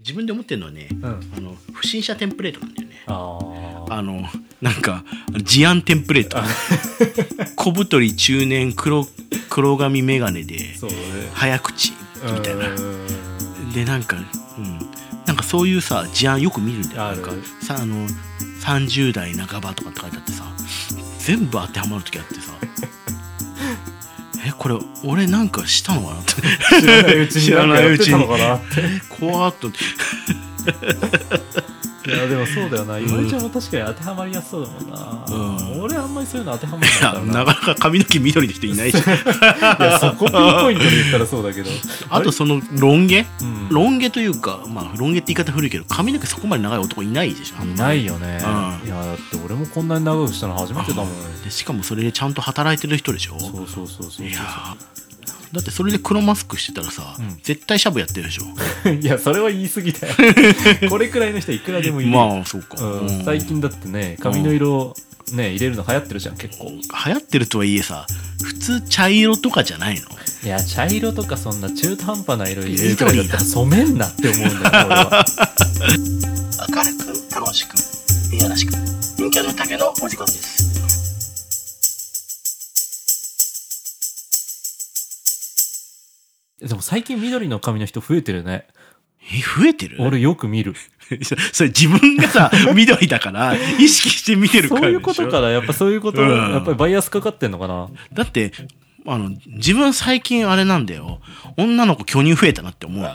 自分で思ってるのはね、うんあの不審者テンプレートなんだよねあああのなんか事案テンプレー ト小太り中年黒黒髪眼鏡でそうね早口みたいなうんでなんか、うん、なんかそういうさ事案よく見るんだよあなんるかさあの30代半ばとかって書いてあってさ全部当てはまる時あ ってさえこれ俺なんかしたのかなって 知らないうちに知らないうちになんかやってたのかなっえ怖っとていやでもそうだよな今井ちゃんも確かに当てはまりやすそうだもんな、うん俺あんまりそういうの当てはまらないいかやらななかなか髪の毛緑の人いないしいやそこピンポイントで言ったらそうだけどあとそのロン毛うんロン毛というかまあロン毛って言い方古いけど髪の毛そこまで長い男いないでしょあんまりないよね、うんいやだって俺もこんなに長くしたの初めてだもんでしかもそれでちゃんと働いてる人でしょそうそうそうそういやーだってそれで黒マスクしてたらさ、うん絶対シャブやってるでしょいやそれは言い過ぎだ よこれくらいの人いくらでもいる、まあそうか、ううんん、最近だってね髪の色をね入れるの流行ってるじゃん結構流行ってるとはいえさ普通茶色とかじゃないのいや茶色とかそんな中途半端な色入れるくらいだったら染めんなって思うんだよね俺は明るく楽しくいやらしく人間の竹のお時間ですでも最近緑の髪の人増えてるねえ増えてる俺よく見るそ それ自分が さ緑だから意識して見てるそからうでしょいうことかなやっぱそういうこと、うんやっぱりバイアスかかってんのかなだってあの自分最近あれなんだよ女の子巨乳増えたなって思うの い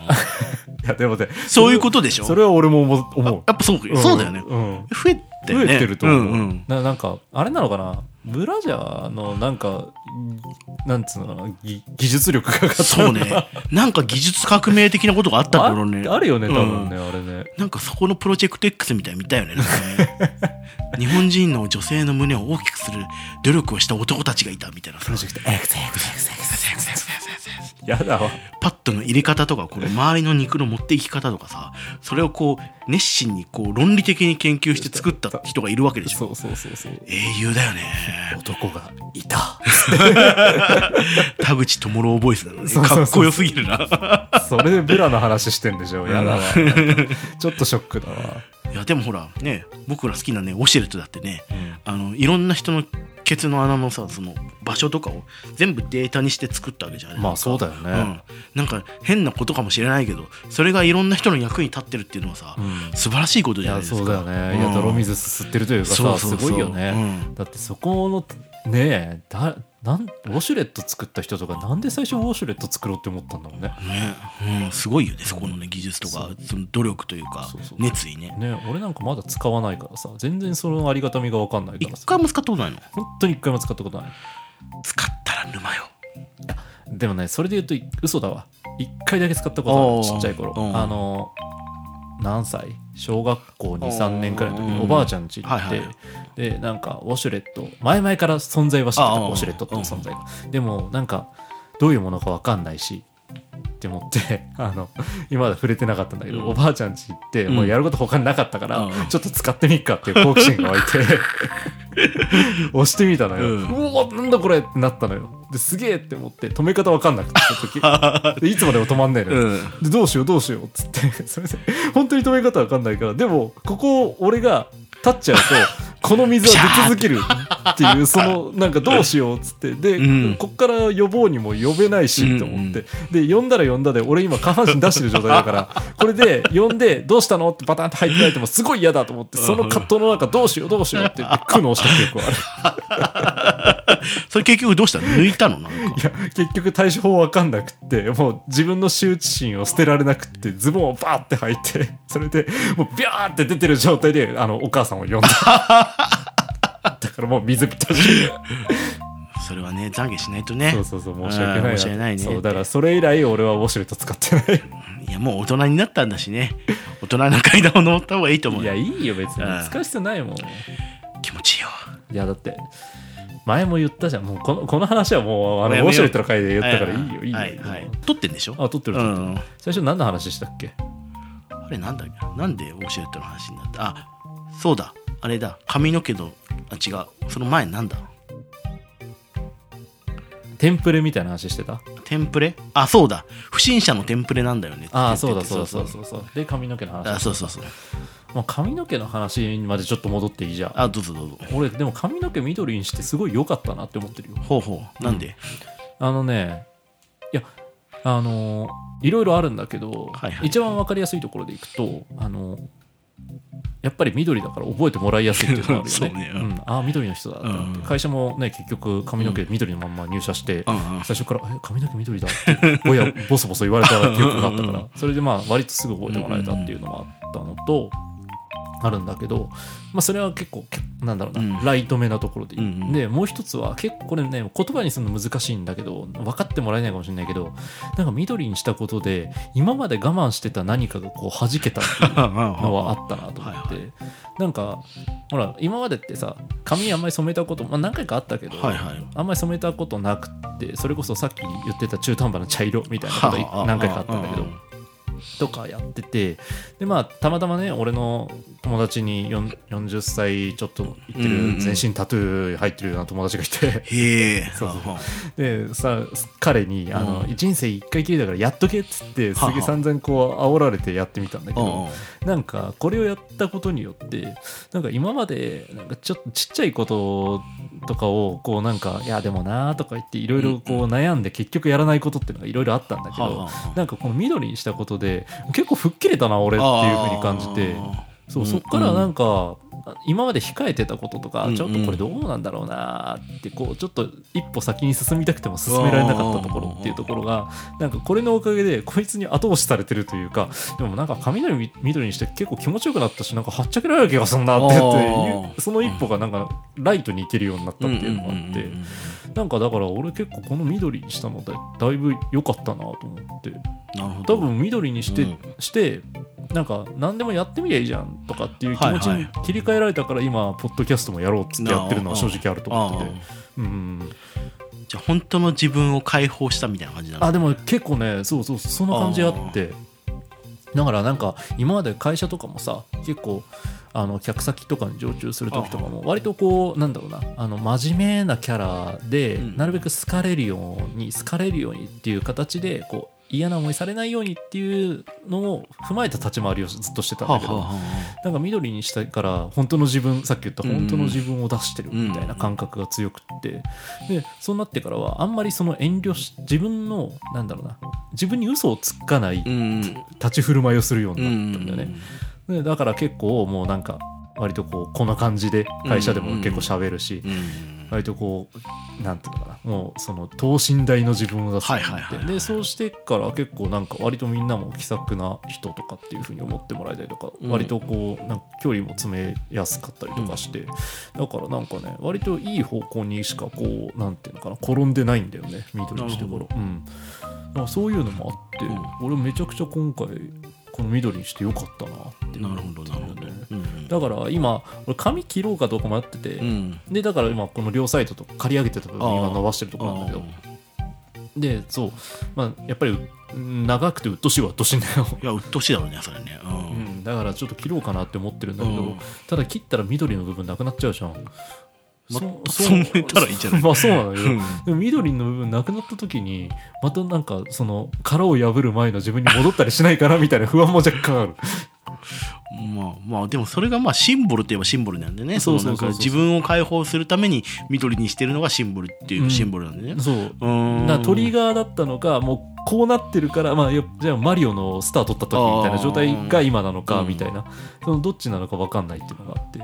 やで もねそういうことでしょそれは俺も思う思うやっぱそう,、そうだよねうん増えたよ増ねえてると思う、んうんななんかあれなのかなブラジャーのなんかなんつうのかなぎ技術力が上がったそう ねなんか技術革命的なことがあったんだろうねああるよね多う分んね、あれねなんかそこのプロジェクト X みたいみたいよねなんかね 日本人の女性の胸を大きくする努力をした男たちがいたみたいなプロジェクト XXXX やだわパッドの入れ方とかこれ周りの肉の持っていき方とかさそれをこう熱心にこう論理的に研究して作った人がいるわけでしょそうそうそうそう英雄だよね男がいた田口智郎ボイスだろうねそうそうそうかっこよすぎるな それでブラの話してんでしょやだわちょっとショックだわ、いやでもほらね僕ら好きなねオシェレットだってねあのいろんな人のケツの穴のさその場所とかを全部データにして作ったわけじゃないまあそうだよね、うん、なんか変なことかもしれないけどそれがいろんな人の役に立ってるっていうのはさ、うん素晴らしいこといじゃないやですかそうだよね、うんいや泥水すすってるというかさそうそうそうすごいよね、うだってそこのねえだなんウォシュレット作った人とかなんで最初ウォシュレット作ろうって思ったんだろうねねうん、すごいよねそこのね技術とかその努力というかそうそう熱意ねね俺なんかまだ使わないからさ全然そのありがたみが分かんないから一さ回も使ったことないの本当に一回も使ったことない使ったら沼よでもねそれで言うと嘘だわ一回だけ使ったことあるおーちっちゃい頃うんあの何歳小学校おー23年くらいの時にうんおばあちゃん家行って、はいはいでなんかウォシュレット前々から存在は知ってたあーウォシュレットっていう存在がでもなんかどういうものか分かんないしって思って あの今まで触れてなかったんだけど、おばあちゃん家行って、んもうやること他になかったから、うんちょっと使ってみっかっていう好奇心 が湧いて押してみたのよ、ううんおなんだこれってなったのよですげえって思って止め方わかんなくてその 時でいつまでも止まんないのよ、んでどうしようどうしようっつって すいません本当に止め方わかんないからでもここを俺が立っちゃう とこの水は出続けるっていうそのなんかどうしようっつってで、うんこっから呼ぼうにも呼べないしと思って、で呼んだら呼んだで俺今下半身出してる状態だから これで呼んでどうしたのってバタンって入ってないともすごい嫌だと思ってその葛藤の中どうしようどうしようって言って苦悩した記憶はある。それ結局どうしたの抜いたのなんかいや結局対処法わかんなくってもう自分の羞恥心を捨てられなくってズボンをバーって履いてそれでもうビャーって出てる状態であのお母さんを 呼んだだからもう水浸しそれはね懺悔しないとねそうそうそう申しあ訳ないーな申し訳ないねそうだからそれ以来俺はウォシュレット使ってないやもう大人になったんだしね大人の階段を登った方がいいと思いういよやいいよ別うんに使う必要ないもんい気持ちいいよやだって前も言ったじゃんもうこのこの話はもうあもうのやめよウうォシュレットの回で言ったからはいはいよいいよ、はいはい撮ってんでしょあ撮ってる撮ってるうん最初何の話したっけあれなんだっけなんでオシュレットの話になったあそうだあれだ髪の毛のあ違うその前なんだテンプレみたいな話してたテンプレあそうだ不審者のテンプレなんだよねって言っててああそうだそうだそうだそうだそうだで髪の毛の話あそうそうそうもう髪の毛の話にまでちょっと戻っていいじゃんあどうぞどうぞ俺でも髪の毛緑にしてすごい良かったなって思ってるよほうほうなんで、あのねいやあのいろいろあるんだけど、はいはい一番わかりやすいところでいくとあのやっぱり緑だから覚えてもらいやすいっていうのがあるよそうねねううんん、ああ緑の人だって思ってうん会社もね結局髪の毛緑のまんま入社して、うんうん最初から「え髪の毛緑だ」ってぼやボソボソ言われた記憶があったうんかうんうらそれでまあ割とすぐ覚えてもらえたっていうのもあったのとあるんだけど、まあ、それは結構けなんだろうな、うんライト目なところで、うんうんでもう一つは結構これね言葉にするの難しいんだけど分かってもらえないかもしれないけどなんか緑にしたことで今まで我慢してた何かがこう弾けたっていうのはあったなと思っ て、はいなんかほら今までってさ髪あんまり染めたこと、まあ、何回かあったけど、はいはいあんまり染めたことなくってそれこそさっき言ってた中途半端な茶色みたいなこと何回かあったんだけどとかやっててでまあたまたまね俺の友達によん40歳ちょっといってうんうんうんる全身タトゥー入ってるような友達がいて へえそうそうでさ彼にあのう人生一回きりだからやっとけ」っつってすはあげえはあ散々こう煽られてやってみたんだけうんどうんなんかこれをやったことによってなんか今までなんかちょっとちっちゃいこととかをこうなんか「いやでもな」とか言っていろいろこう悩んで結局やらないことっていうのがいろいろあったんだけはあどはあなんかこの緑にしたことで結構吹っ切れたな俺っていうふうに感じてあそううんそっからなんか、あ今まで控えてたこととか、うんうんちょっとこれどうなんだろうなってこうちょっと一歩先に進みたくても進められなかったところっていうところがなんかこれのおかげでこいつに後押しされてるというかでもなんか雷み緑にして結構気持ちよくなったしなんかはっちゃけられる気がするなって言っあーてその一歩がなんかライトにいけるようになったっていうのがあって。うんうんうんなんかだから俺結構この緑にしたのでだいぶ良かったなと思ってなるほ多ど分緑にして,、うんしてなんか何でもやってみりゃいいじゃんとかっていう気持ちはいには切り替えられたから今ポッドキャストもやろうっつってやってるのは正直あると思っててあうんあじゃあ本当の自分を解放したみたいな感じなのあでも結構ねそうそうそんな感じあってだからなんか今まで会社とかもさ結構あの客先とかに常駐する時とかも割とこうなんだろうなあの真面目なキャラでうんなるべく好かれるように好かれるようにっていう形でこう嫌な思いされないようにっていうのを踏まえた立ち回りをずっとしてたんだけど、はあはあはなんか緑にしたから本当の自分さっき言ったうん本当の自分を出してるみたいな感覚が強くってでそうなってからはあんまりその遠慮し自分のなんだろうな自分に嘘をつかないあうん立ち振る舞いをするよううになったんだよね、んでだから結構もうなんか割とこうこんな感じで会社でも結構喋るし、うん割とこうなんていうのかなもうその等身大の自分を出すようになって、はいはいはいはいでそうしてから結構なんか割とみんなも気さくな人とかっていうふうに思ってもらえたりとか、うん割とこうなんか距離も詰めやすかったりとかして、だからなんかね割といい方向にしかこうなんていうのかな転んでないんだよね緑にしてかならる、うん、だからそういうのもあって、う俺めちゃくちゃ今回この緑にしてよかったなってなるほどなるほどうんだから今俺髪切ろうかどうか迷ってて、うんでだから今この両サイドとか借り上げてた部分ああ今伸ばしてるところなんだけあどでそう、まあ、やっぱりうん長くてうっとうしいはうっとうしいんだよ、いや鬱陶しいだろうねそれねううんん、だからちょっと切ろうかなって思ってるんだけど、うんただ切ったら緑の部分なくなっちゃうじゃん、まそそう思えたらいいじゃないまあそうなのよ、うんでも緑の部分なくなった時にまたなんかその殻を破る前の自分に戻ったりしないかなみたいな不安も若干あるまあまあでもそれがまあシンボルといえばシンボルなんでねそそうのそなうんそかうそう自分を解放するために緑にしてるのがシンボルっていううんシンボルなんでねそううーんなトリガーだったのかもうこうなってるから、まあ、よじゃあマリオのスター取った時みたいな状態が今なのあかーみたいな、そのどっちなのか分かんないっていうのがあって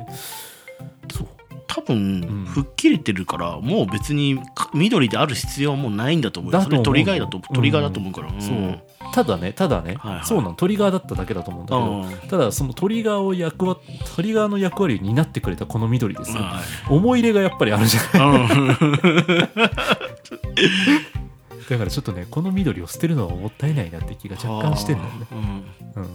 そう多ん分吹っ切れてるからもう別にか緑である必要はもうないんだと思うよだそと思れうトリガーだとトリガーだと思うから、んそうただねただね、はいはいそうなのトリガーだっただけだと思うんだけど、あただそのトリガーを役割トリガーの役割を担ってくれたこの緑ですあよ、はい思い入れがやっぱりあるじゃないうんだからちょっとねこの緑を捨てるのはもったいないなって気が 若干してんだよね、うんうん、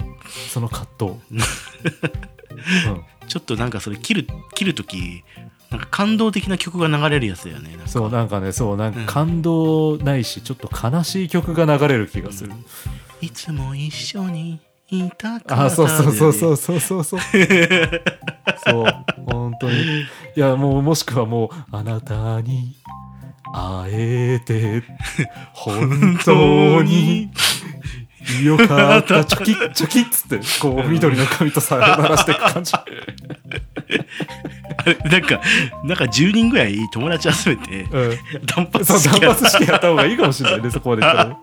その葛藤、 うん、ちょっとなんかそれ切る切る時なんか感動的な曲が流れるやつだよねなんかそうなんかねそうなんうかん感動ないしちょっと悲しい曲が流れる気がする、いつも一緒にいたからあそうそうそうそううそうそうそうそう本当にいやもうもしくはもう「あなたに会えて、本当によかった、チョキッチョキッつって、こう、緑の 髪とさよならしていく感じ。あれなんかなんか10人ぐらい友達集めてうん。断髪そう、式断や髪式やった方がいいかもしれないね、そこまで行ったらね。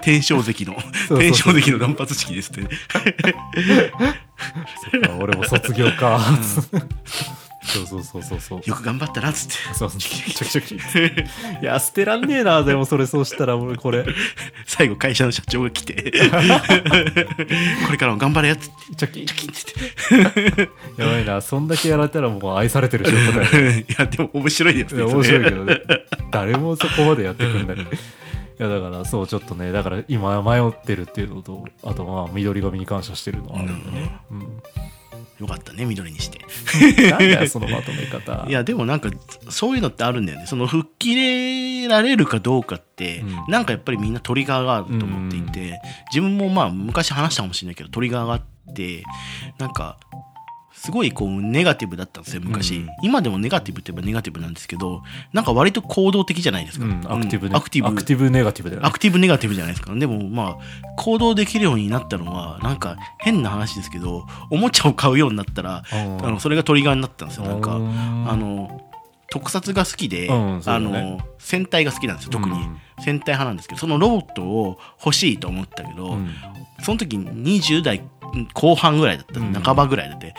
天正関のそう天正関の断髪式ですってそっか俺も卒業か。そうそうそうそうそう。よく頑張ったなっつってそうそうチョキチョキいや、捨てらんねえな、でもそれそうしたら、俺これ、最後会社の社長が来 てこれからも頑張れやっつってチョキチ。キンっつってやばいな、そんだけやられたらもう愛されてる仕事だよ。いやでも面白いです いねや面白いそけどね。誰もそこまでやってくんない。いや、だから、そう、ちょっとね、だから今迷ってるっていうのと、あとまあ、緑髪に感謝してるのはあるんだね。うん。れよかったね緑にしてなんだよ、そのまとめ方。いやでもなんかそういうのってあるんだよねその吹っ切れられるかどうかって、うんなんかやっぱりみんなトリガーがあると思っていて、自分もまあ昔話したかもしれないけどトリガーがあってなんかすごいこうネガティブだったんですよ昔、うん今でもネガティブって言えばネガティブなんですけどなんか割と行動的じゃないですうか、ん、アクティブね。アクティブアクティブネガティブだよねア。クティブネガティブじゃないですかでもまあ行動できるようになったのはなんか変な話ですけどおもちゃを買うようになったら、うんあのそれがトリガーになったんですよなんか、ああ、の特撮が好きで、うんそうあだねの戦隊が好きなんですよ特に、うん戦隊派なんですけどそのロボットを欲しいと思ったけど、うんその時20代後半ぐらいだった、うん半ばぐらいだって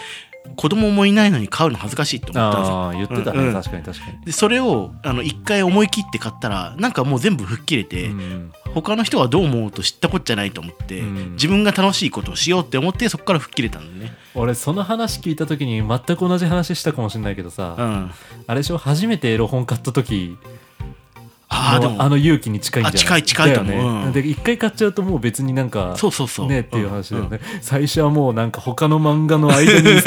子供もいないのに買うの恥ずかしいと思ったんですよああ、言ってたね、うんうん確かに確かに。でそれをあの一回思い切って買ったらなんかもう全部吹っ切れて、うん他の人がどう思うと知ったこっちゃないと思って、うん自分が楽しいことをしようって思ってそこから吹っ切れたんだね、俺その話聞いた時に全く同じ話したかもしれないけどさ、うん、ああれでしょ初めてエロ本買った時あーでもあの勇気に近いんじゃあない近い近いと思うだよねうんで一回買っちゃうともう別になんかそうそうそうねっていう話だよんね、最初はもうなんか他の漫画の間に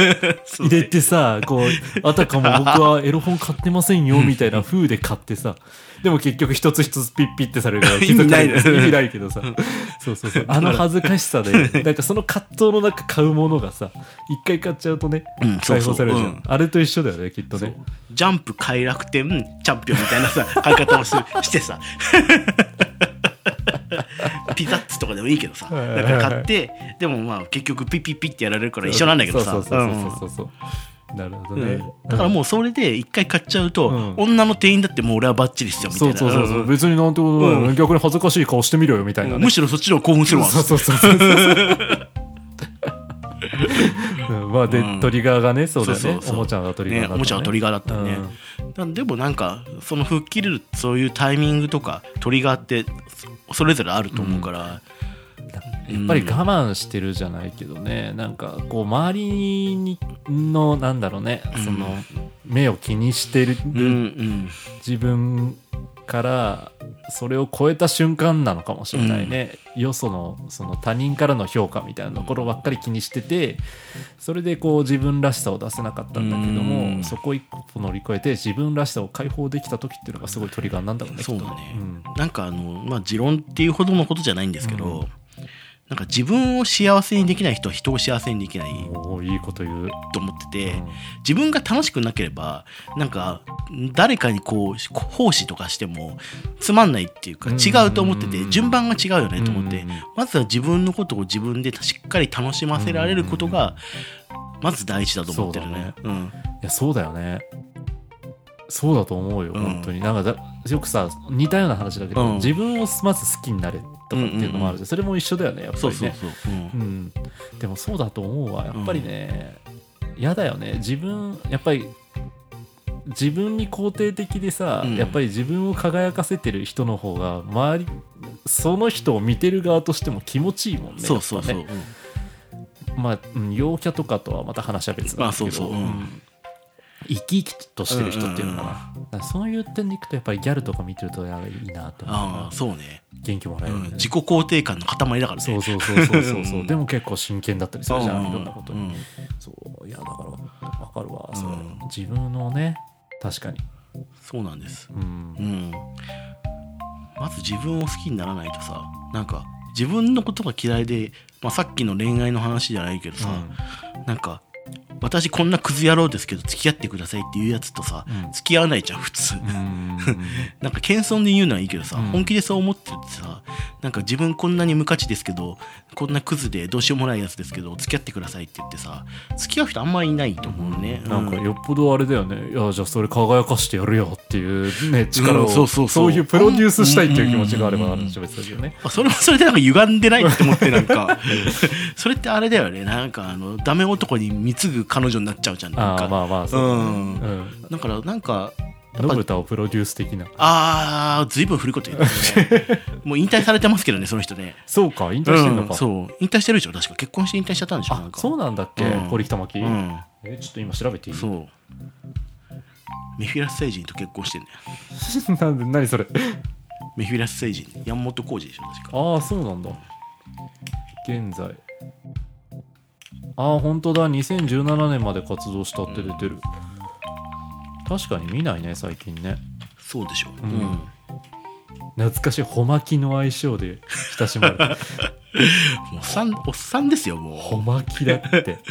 そう入れてさこうあたかも僕はエロ本買ってませんよみたいな風で買ってさでも結局一つ一つピッピッてされるから意味ないね気づか意味ないけどさそうそうそうあの恥ずかしさでなんかその葛藤の中買うものがさ一回買っちゃうとねうんそう解そ放うされるじゃうんんあれと一緒だよねきっとねジャンプ快楽天チャンピオンみたいなさ買い方をするしてさピザッツとかでもいいけどさはいはいなはんいか買ってでもまあ結局ピッピッピッってやられるから一緒なんだけどさそうそうそうそううそうそうなるほどんうねんだからもうそれで一回買っちゃうと、うん女の店員だってもう俺はバッチリですよみたいそうなそうそうそううん別になんてことないのに逆に恥ずかしい顔してみろよみたいなねむしろそっちの方が興奮するわそうそうそうそう うんまあで、うんトリガーがねそうだよねそうそうそうおもちゃがトリガーねだ、ったおもちゃはトリガーだったね、なんでもなんかその吹っ切るそういうタイミングとかトリガーってそそれぞれあると思うから、やっぱり我慢してるじゃないけどねなんかこう周りにのなんだろうねその目を気にしてるうんうん自分からそれを超えた瞬間なのかもしれないね、よそのその他人からの評価みたいなところばっかり気にしててそれでこう自分らしさを出せなかったんだけども、うんそこ一歩乗り越えて自分らしさを解放できた時っていうのがすごいトリガーなんだろうねそうだきっとね、うんなんかあのまあ持論っていうほどのことじゃないんですけど、うなんか自分を幸せにできない人は人を幸せにできないおーいいこと言う、と思ってて、うん自分が楽しくなければなんか誰かにこう奉仕とかしてもつまんないっていうかうん違うと思ってて順番が違うよねと思ってうんまずは自分のことを自分でしっかり楽しませられることがまず第一だと思ってるね。うんいやそうだよねそうだと思うよ、うん本当になんかだよくさ似たような話だけど、うん自分をまず好きになれとかっていうのもあるじゃん、それも一緒だよねやっぱりそねうそうそう。うんうん、でもそうだと思うわやっぱりね嫌、だよね自分やっぱり自分に肯定的でさ、うんやっぱり自分を輝かせてる人の方が周りその人を見てる側としても気持ちいいもんねそうそうそう。やうんっぱねまあ、うん陽キャとかとはまた話は別まなんあですそけうそどう。うん生き生きとしてる人っていうのかな、だからそういう点でいくとやっぱりギャルとか見てるとやばいいなって思うあなあそうね、元気もらえうるよねん、自己肯定感の塊だからねそうそうそうそうそうそううんでも結構真剣だったりするじゃんいろんなことに、うんそういやだから分かるわ、それうん自分のね確かに、そうなんですうんうんまず自分を好きにならないとさなんか自分のことが嫌いで、まあ、さっきの恋愛の話じゃないけどさ、なんか私こんなクズ野郎ですけど付き合ってくださいっていうやつとさ、うん付き合わないじゃん普通、うんなんか謙遜で言うのはいいけどさ、うん本気でそう思っててさなんか自分こんなに無価値ですけどこんなクズでどうしようもないやつですけど付き合ってくださいって言ってさ付き合う人あんまいないと思うね、う なんかよっぽどあれだよね、いやじゃあそれ輝かしてやるよっていうね力を、うんそうそうそういうプロデュースしたいっていう気持ちがあればあるんでしょ別だけどねあそれもそれでなんか歪んでないって思ってなんか それってあれだよねなんかあのダメ男に貢ぐ彼女になっちゃうじゃんなんあかあまあまあそうう、んうん、だからなんかのぶたをプロデュース的なああずいぶん古いこと言ってるね もう引退されてますけどねその人ねそうか引退してんのか、うんそう引退してるでしょ確か結婚して引退しちゃったんでしょなあんかそうなんだっけ、うん堀北真希、うんえちょっと今調べていいそうメフィラス星人と結婚してんだよ なんで何それメフィラス星人山本浩二でしょ確かああそうなんだ現在ああ本当だ2017年まで活動したって出てる、確かに見ないね最近ねそうでしょううんん懐かしいほまきの愛称で親しま れたおっさんおっさんですよもほまきだってう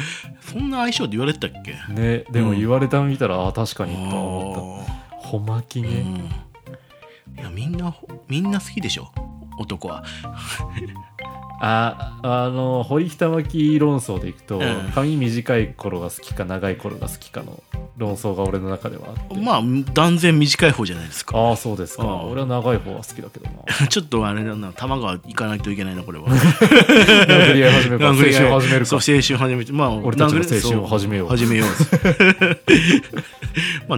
そんな相性で言われてたっけねでも言われたの見たら、ああ確かにと思っああたほまきね、うんいやみんなみんな好きでしょ男はああの堀北真希論争でいくと、うん髪短い頃が好きか長い頃が好きかの論争が俺の中ではあって、まあ断然短い方じゃないですか ああそうですか、うん俺は長い方が好きだけどなちょっとあれだな玉川行かないといけないなこれ は殴り合い始めるか青殴り合い春を始めるそうか青春始めてまあ俺たちの殴り青春を始めようそ始めよう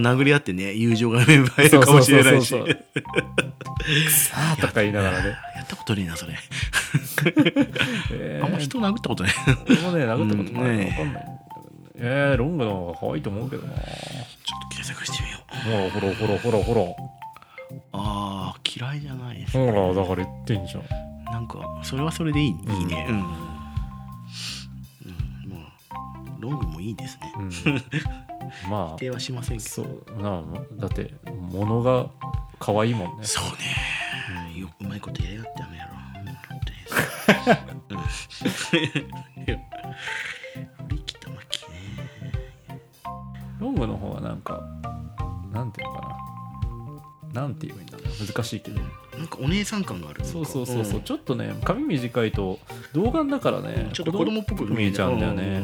ま あ殴り合ってね友情が芽生えるかもしれないしそうそうそうそうさあとか言いながらね、やったことねえなそれえーあんま人殴ったことない 俺もね殴ったことないうんなねわかんないえー、ロングの方が可愛いと思うけどなちょっと検索してみようほらほらほらほらほあー嫌いじゃないですらほらだから言ってんじゃんなんかそれはそれでいい,、んいいねうん、うん、もうロングもいいですねうん まあ否定はしませんけどそうなあだって物が可愛いもんねそうね、ようまいことやりやがってやめやろ本当にうんいや堀北真希ねロングの方はなんかなんていうのかななんて言えばいいんだろう難しいけどなんかお姉さん感があるそうそうそうそう、んちょっとね髪短いと童顔だからねちょっと子供っぽく見えちゃうんだよね、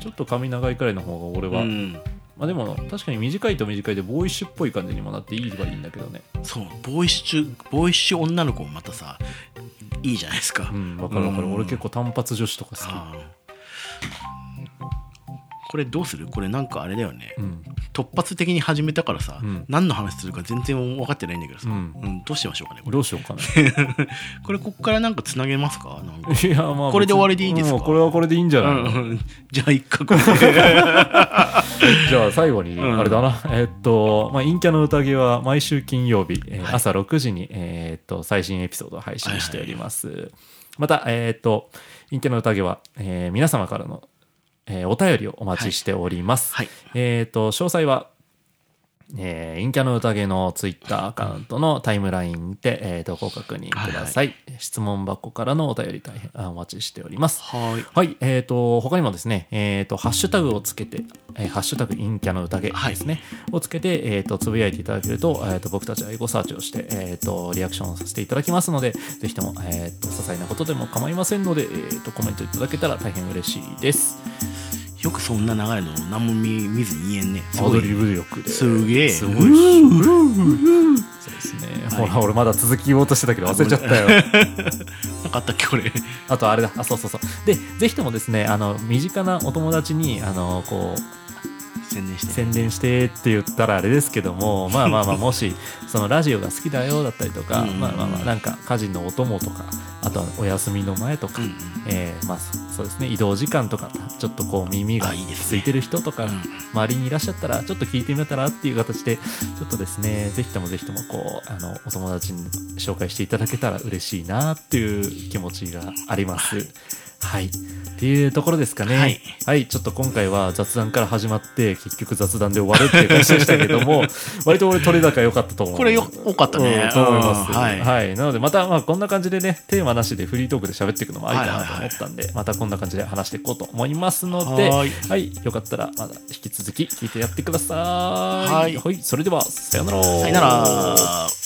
ちょっと髪長いくらいの方が俺うんは、うんまあでも確かに短いと短いでボーイッシュっぽい感じにもなっていいはいいんだけどねそうボーイッシュボーイッシュ女の子もまたさいいじゃないですか、うんわかるわかる、うん俺結構単発女子とか好あーこれどうするこれなんかあれだよねきうん突発的に始めたからさ、うん何の話するか全然分かってないんだけどさ、うんうんどうしましょうかねこれどうしよ うかねこれこっからなんかつなげますかなんかいやまあこれで終わりでいいですかもうこれはこれでいいんじゃない、うん じゃあ一角でじゃあ最後に、うんあれだな、えっと、まあ、陰キャの宴は毎週金曜日、えー朝6時に、えーっと、最新エピソードを配信しております。また、えーっと、陰キャの宴は、えー皆様からの、えーお便りをお待ちしております。はいえーっと、詳細は、えー、陰キャの宴のツイッターアカウントのタイムラインで、えーっと、ご確認ください。質問箱からのお便り大変あお待ちしております。はいはい、えっ、と、他にもですね、えっ、と、ハッシュタグをつけて、えーハッシュタグ陰キャの宴ですね、をつけて、えっ、と、つぶやいていただけると、えっ、と、僕たちはエゴサーチをして、えっ、と、リアクションをさせていただきますので、ぜひとも、えっ、と、些細なことでも構いませんので、えっ、と、コメントいただけたら大変嬉しいです。よくそんな長いの何も見見ずに言えんねすアごドいリブ力で。すげえすごい。うそうですね。ほら、俺まだ続き言おうとしてたけど忘れちゃったよ。なんかあったっけこれあとあれだ、あ、そうそうそう。で、ぜひともですね、あの、身近なお友達に、あの、こう、宣伝して宣伝してって言ったらあれですけ どもまあまあまあもしそのラジオが好きだよだったりとか、うんまあまあまあなんか家事のお供とかあとはお休みの前とうか、んうんえーまあそそうですね移動時間とかちょっとこう耳があいいですねついてる人とかうん周りにいらっしゃったらちょっと聞いてみたらっていう形でちょっとですねぜひともぜひともこうあのお友達に紹介していただけたら嬉しいなっていう気持ちがあります。はいっていうところですかね。はい。ちょっと今回は雑談から始まって、結局雑談で終わるっていう感じでしたけ ども、割と俺取れ高良かったと思う。これよ、多かったうねん。と思います、うんは。はいい。なので、また、まあ、こんな感じでね、テーマなしでフリートークで喋っていくのもありかなはいはいと思はいったんで、またこんな感じで話していこうと思いますので、ははいいよかったら、まだ引き続き聞いてやってください。はいそれでは、さよなら。さよなら。